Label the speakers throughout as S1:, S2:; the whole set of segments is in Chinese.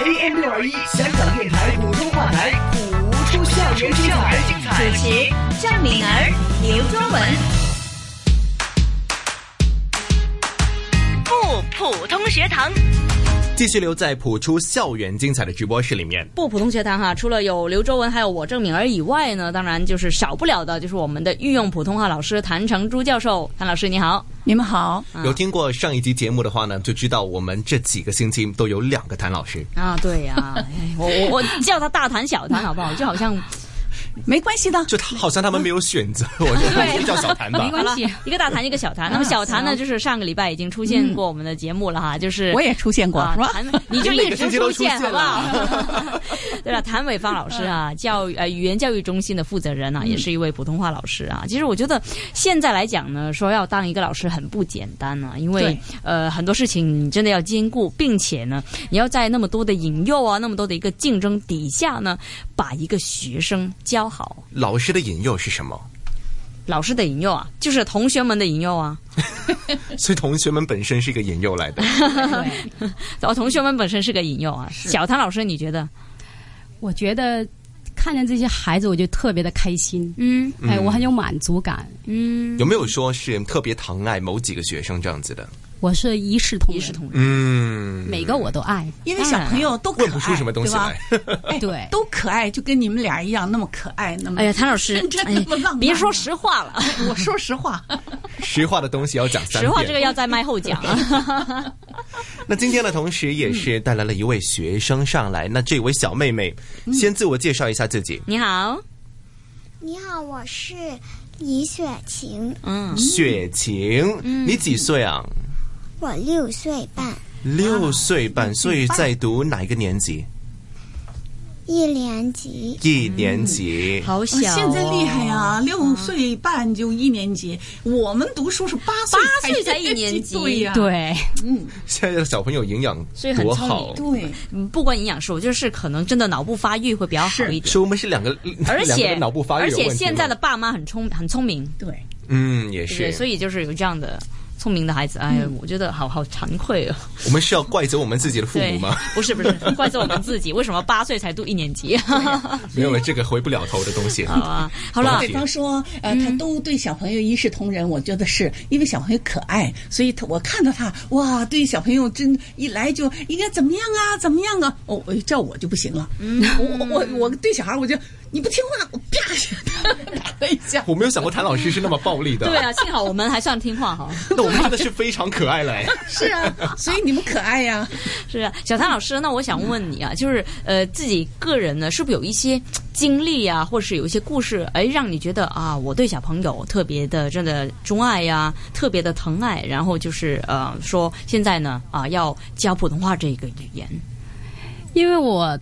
S1: AM 六二一香港电台普通话台，谱出校园精彩。
S2: 主持郑敏儿、刘卓文。不普通学堂。
S3: 继续留在普出校园精彩的直播室里面。
S4: 不普通学堂哈，除了有刘周文还有我郑敏儿以外呢，当然就是少不了的就是我们的御用普通话老师谭成珠教授。谭老师你好，
S5: 你们好。
S4: 啊
S3: 有听过上一集节目的话呢，就知道我们这几个星期都有两个谭老师。
S4: 啊，对呀、哎我我我叫他大谭小谭好不好？就好像
S5: 没关系的，
S3: 就他好像他们没有选 择，我觉得就叫小谭吧
S5: 没。关系。
S4: 一个大谭一个小谭。那么小谭 呢，就是上个礼拜已经出现过我们的节目了哈，就是
S5: 我也出现过，
S4: 啊
S5: 是吧？
S4: 谭，你就一直出现，好不
S3: 每
S4: 好？ 对了，谭伟芳老师啊，
S5: 嗯
S4: 教育呃语言教育中心的负责人啊，也是一位普通话老师啊。其实我觉得现在来讲呢，说要当一个老师很不简单啊，因为
S5: 对
S4: 呃很多事情你真的要兼顾，并且呢，你要在那么多的引诱啊，那么多的一个竞争底下呢，把一个学生教好。
S3: 老师的引诱是什么？
S4: 老师的引诱啊，就是同学们的引诱啊。
S3: 所以同学们本身是一个引诱来的。
S5: 对
S4: 哦，同学们本身是个引诱啊。小谭老师，你觉得？
S6: 我觉得看见这些孩子，我就特别的开心，
S4: 嗯
S6: 哎，我很有满足感。
S4: 嗯，
S3: 有没有说是特别疼爱某几个学生这样子的？
S6: 我是一视同
S4: 一
S6: 仁，
S4: 视同仁。
S3: 嗯，
S6: 每个我都爱。
S5: 因为小朋友都可爱，
S3: 问不出什么东西
S5: 对吧
S3: 来。
S5: 哎
S6: 对
S5: 都可爱，就跟你们俩一样那么可爱，那么
S4: 哎呀，谭老师
S5: 天，真
S4: 哎
S5: 那么浪漫。
S4: 别说， 实话了，
S5: 我说实话，
S3: 实话的东西要讲三遍。
S4: 实话这个要在麦后讲 啊。
S3: 那今天呢，同时也是带来了一位学生上
S4: 嗯
S3: 来。那这位小妹妹，先自我介绍一下自己。
S4: 你好，
S7: 你好，我是李雪晴，
S4: 嗯，
S3: 雪晴，你几岁啊？
S7: 我六岁半，
S3: 六岁半，所以在读哪一个年级？
S7: 一年级。
S3: 一年级。
S4: 好小、哦，
S5: 现在厉害呀、，六岁半就一年级，我们读书是八岁，
S4: 八岁才一年级
S5: 对呀、
S6: 对，
S3: 现在的小朋友营养
S4: 所以很
S3: 多
S4: 聪
S3: 好。
S5: 对，
S4: 嗯不管营养师，我就是可能真的脑部发育会比较好一点。
S3: 所以我们是两个，
S4: 而
S3: 两个
S4: 且
S3: 人脑部发育
S4: 而
S3: 有问题
S4: 且
S3: 吗
S4: 现在的爸妈很聪很聪明，
S5: 对，
S3: 嗯也
S4: 对，
S3: 是，嗯
S4: 所以就是有这样的聪明的孩子，哎，我觉得好好惭愧哦。
S3: 我们是要怪责我们自己的父母
S4: 对
S3: 吗？，
S4: 不是不是，怪责我们 自己，为什么八岁才读一年级？
S3: 没有了，这个回不了头的东西。
S4: 好啊，好了
S3: 对
S5: 比，方说，呃，他都对小朋友一视同仁，我觉得是因为小朋友可爱，所以他我看到他哇，对小朋友真一来就应该怎么样啊，怎么样啊，哦，我这我就不行了，我我我对小孩我就你不听话，我啪一下打他一下，
S3: 我没有想过谭老师是那么暴力的。
S4: 对，啊，幸好我们还算听话哈。
S3: 那我们真的是非常可爱嘞。
S5: 是啊，所以你们可爱呀、
S4: 是啊，小谭老师，那我想问你啊，就是呃，自己个人呢，是不是有一些经历啊，或是有一些故事，哎，让你觉得啊，我对小朋友特别的真的钟爱呀、特别的疼爱，然后就是呃，说现在呢啊，要教普通话这个语言，
S6: 因为我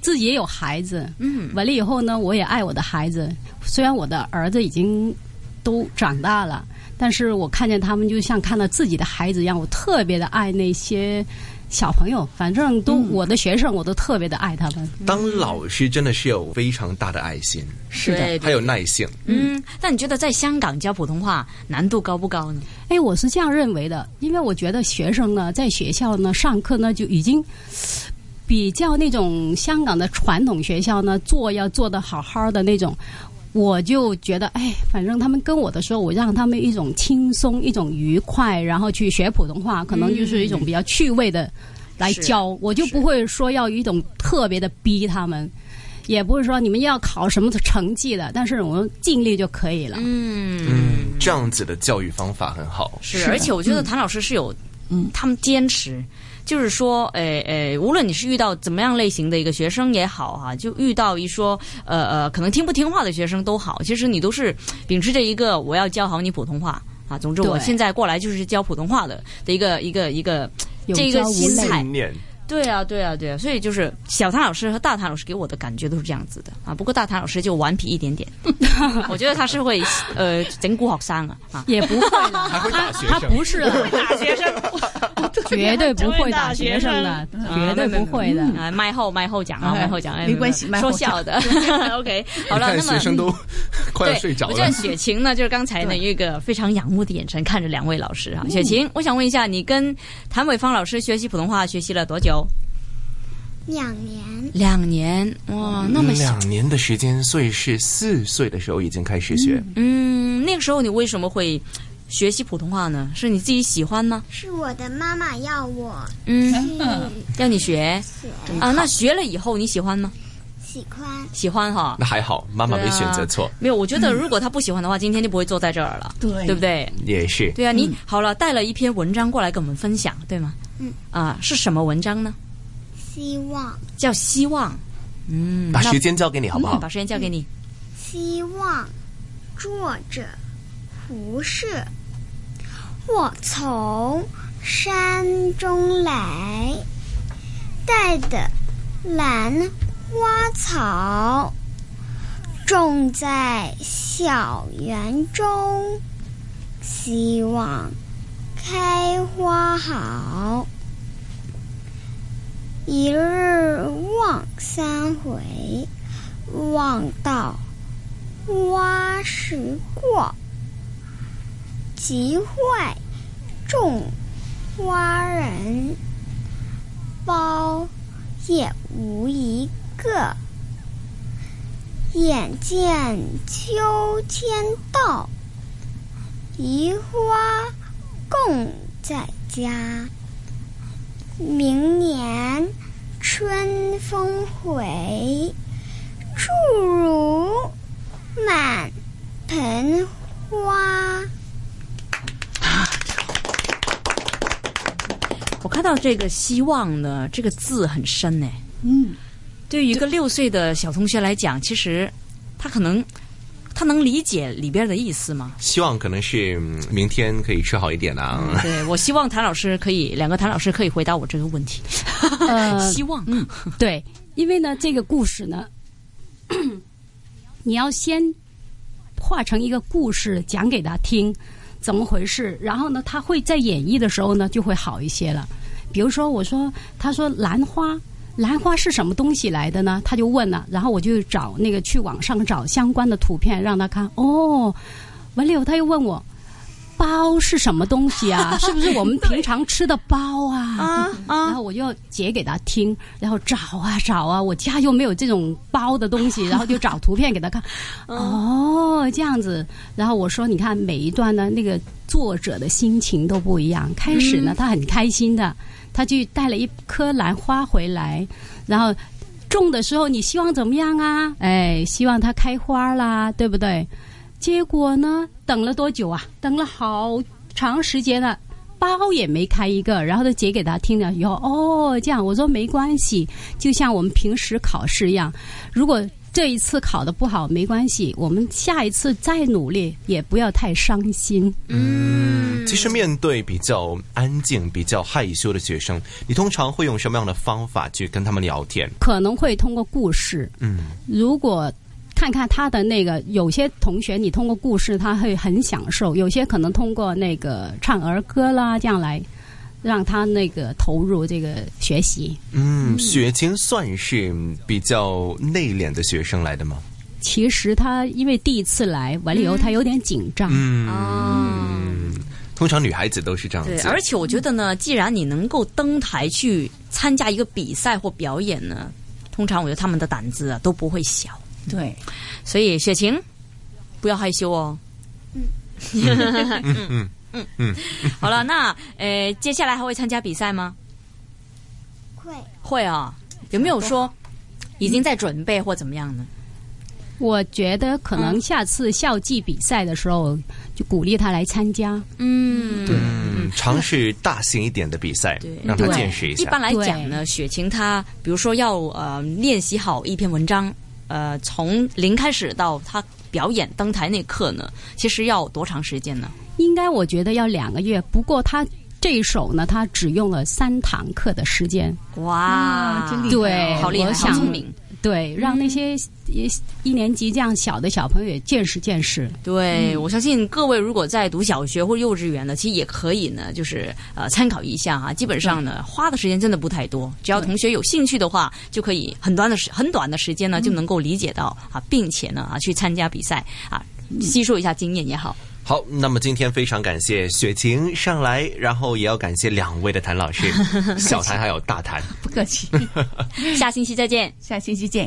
S6: 自己也有孩子，嗯，完了以后呢，我也爱我的孩子。虽然我的儿子已经都长大了，但是我看见他们就像看到自己的孩子一样，我特别的爱那些小朋友。反正都、
S4: 嗯
S6: 我的学生，我都特别的爱他们。
S3: 当老师真的是有非常大的爱心，
S5: 是的，
S4: 对
S3: 还有耐性。
S4: 嗯，那你觉得在香港教普通话难度高不高呢？
S6: 哎，我是这样认为的，因为我觉得学生呢，在学校呢上课呢就已经。比较那种香港的传统学校呢，做要做的好好的那种，我就觉得，哎，反正他们跟我的时候，我让他们一种轻松、一种愉快，然后去学普通话，可能就是一
S4: 嗯
S6: 种比较趣味的来教，我就不会说要有一种特别的逼他们，也不会说你们要考什么成绩的，但是我们尽力就可以了。
S3: 嗯，这样子的教育方法很好。
S4: 是，而且我觉得谭老师是有，嗯，他们坚持，就是说，呃呃，无论你是遇到怎么样类型的一个学生也好哈、就遇到一说，呃呃，可能听不听话的学生都好，其实你都是秉持着一个我要教好你普通话啊，总之我
S6: 对
S4: 现在过来就是教普通话的的一个一个一个
S6: 有
S4: 这个
S6: 教无
S4: 心
S6: 类
S4: 态
S3: 信，念
S4: 对啊，对啊，对啊，所以就是小谭老师和大谭老师给我的感觉都是这样子的啊。不过大谭老师就顽皮一点点， 我觉得他是会呃整蛊学生啊啊，
S6: 也不会了，
S3: 还会打学
S6: 他
S3: 生，
S6: 不是的。
S4: 打学生。
S6: 绝对不会打学生 的，绝对不会的。
S4: 啊，麦后麦后讲啊，
S5: 哎
S4: 麦后讲，哎
S5: 没关系麦后
S4: 说
S5: 讲
S4: 笑的。OK，好
S3: 你
S4: 了，
S3: 看
S4: 那么
S3: 学生都 快要
S4: 对，
S3: 睡着
S4: 我
S3: 了
S4: 觉得。雪晴呢，就是刚才呢，有一个非常仰慕的眼神看着两位老师哈。啊雪晴，我想问一下，你跟谭伟芳老师学习普通话学习了多久？
S7: 两年，
S4: 两年哇，那么小，
S3: 嗯两年的时间，所以是四岁的时候已经开始学。
S4: 嗯，那个时候你为什么会学习普通话呢？是你自己喜欢吗？
S7: 是我的妈妈要我
S4: 嗯，
S7: 去
S4: 要你学
S7: 学，
S4: 啊？那学了以后你喜欢吗？
S7: 喜欢
S4: 喜欢哈。
S3: 那还好，妈妈没选择错，
S4: 没有，我觉得如果他不喜欢的话，今天就不会坐在这儿了，
S5: 对
S4: 对不对？
S3: 也是。
S4: 对啊，你好了，带了一篇文章过来跟我们分享，对吗？
S7: 嗯。
S4: 啊，是什么文章呢？
S7: 希望，
S4: 叫《希望》。嗯，
S3: 把
S4: 那
S3: 时间交给你好不
S4: 嗯
S3: 好
S4: 把？时间交给你。
S7: 希望。作者：胡适。我从山中来，带的兰花草，种在小园中，希望开花好。一日望三回，望到花时过，急坏种花人，苞也无一个。眼见秋天到，移花供在家。明年春风回，处如满盆花。
S4: 我看到这个“希望”呢，这个字很深呢。
S5: 嗯，
S4: 对于一个六岁的小同学来讲，其实他可能他能理解里边的意思 吗？
S3: 希望可能是嗯明天可以吃好一点啊。
S4: 对，我希望谭老师可以，两个谭老师可以回答我这个问题。
S6: 呃
S4: 希望，
S3: 嗯
S6: 对，因为呢，这个故事呢， 你要先画成一个故事讲给他听，怎么回事？然后呢，他会在演绎的时候呢，就会好一些了。比如说，我说，他说兰花，兰花是什么东西来的呢？他就问了，然后我就找那个去网上找相关的图片让他看。哦，完了以后他又问我。包是什么东西啊？是不是我们平常吃的包啊？
S4: 啊啊
S6: 然后我就要解给他听，然后找啊找啊，我家又没有这种包的东西，然后就找图片给他看。哦，这样子。然后我说，你看每一段呢，那个作者的心情都不一样。开始呢，他很开心的，他就带了一颗兰花回来，然后种的时候，你希望怎么样啊？哎，希望它开花啦，对不对？结果呢，等了多久啊？等了好长时间啊了。包也没开一个，然后他解给他听了以后，哦，这样我说没关系，就像我们平时考试一样，如果这一次考的不好没关系，我们下一次再努力，也不要太伤心。
S4: 嗯
S3: 其实面对比较安静、比较害羞的学生，你通常会用什么样的方法去跟他们聊天？
S6: 可能会通过故事，嗯，如果看看他的那个，有些同学你通过故事他会很享受，有些可能通过那个唱儿歌啦这样来让他那个投入这个学习。
S3: 嗯，雪晴算是比较内敛的学生来的吗？
S6: 其实他因为第一次来完了以后，他有点紧张，
S4: 嗯
S3: 通常女孩子都是这样
S4: 对，
S3: 子，
S4: 而且我觉得呢，嗯既然你能够登台去参加一个比赛或表演呢，通常我觉得他们的胆子啊都不会小。
S5: 对，
S4: 所以雪晴，不要害羞哦。嗯嗯，嗯嗯嗯好了，那呃，接下来还会参加比赛吗？
S7: 会
S4: 会啊、有没有说已经在准备或怎么样呢？
S6: 我觉得可能下次校际比赛的时候，就鼓励他来参加。
S4: 嗯，对。
S3: 嗯，尝试大型一点的比赛
S4: 对，
S3: 让她
S6: 对
S3: 见识一
S4: 一般
S3: 下。
S4: 来讲呢，雪晴她比如说要呃练习好一篇文章，呃，从零开始到她表演登台那刻呢，其实要多长时间呢？
S6: 应该我觉得要两个月，不过他这一首呢，他只用了三堂课的时间。
S4: 哇，
S5: 真厉害
S6: 对，
S4: 好厉害，
S6: 我
S4: 好
S6: 想
S4: 聪明。
S6: 对，让那些一一年级这样小的小朋友也见识见识。
S4: 对，我相信各位如果在读小学或幼稚园呢，其实也可以呢，就是呃参考一下啊。基本上呢，花的时间真的不太多，只要同学有兴趣的话，就可以很短的时很短的时间呢就能够理解到啊，并且呢啊去参加比赛啊，吸收一下经验也好。
S3: 好，那么今天非常感谢雪晴上来，然后也要感谢两位的谭老师，小谭还有大谭。
S6: 不客气。
S4: 下星期再见。
S5: 下星期见。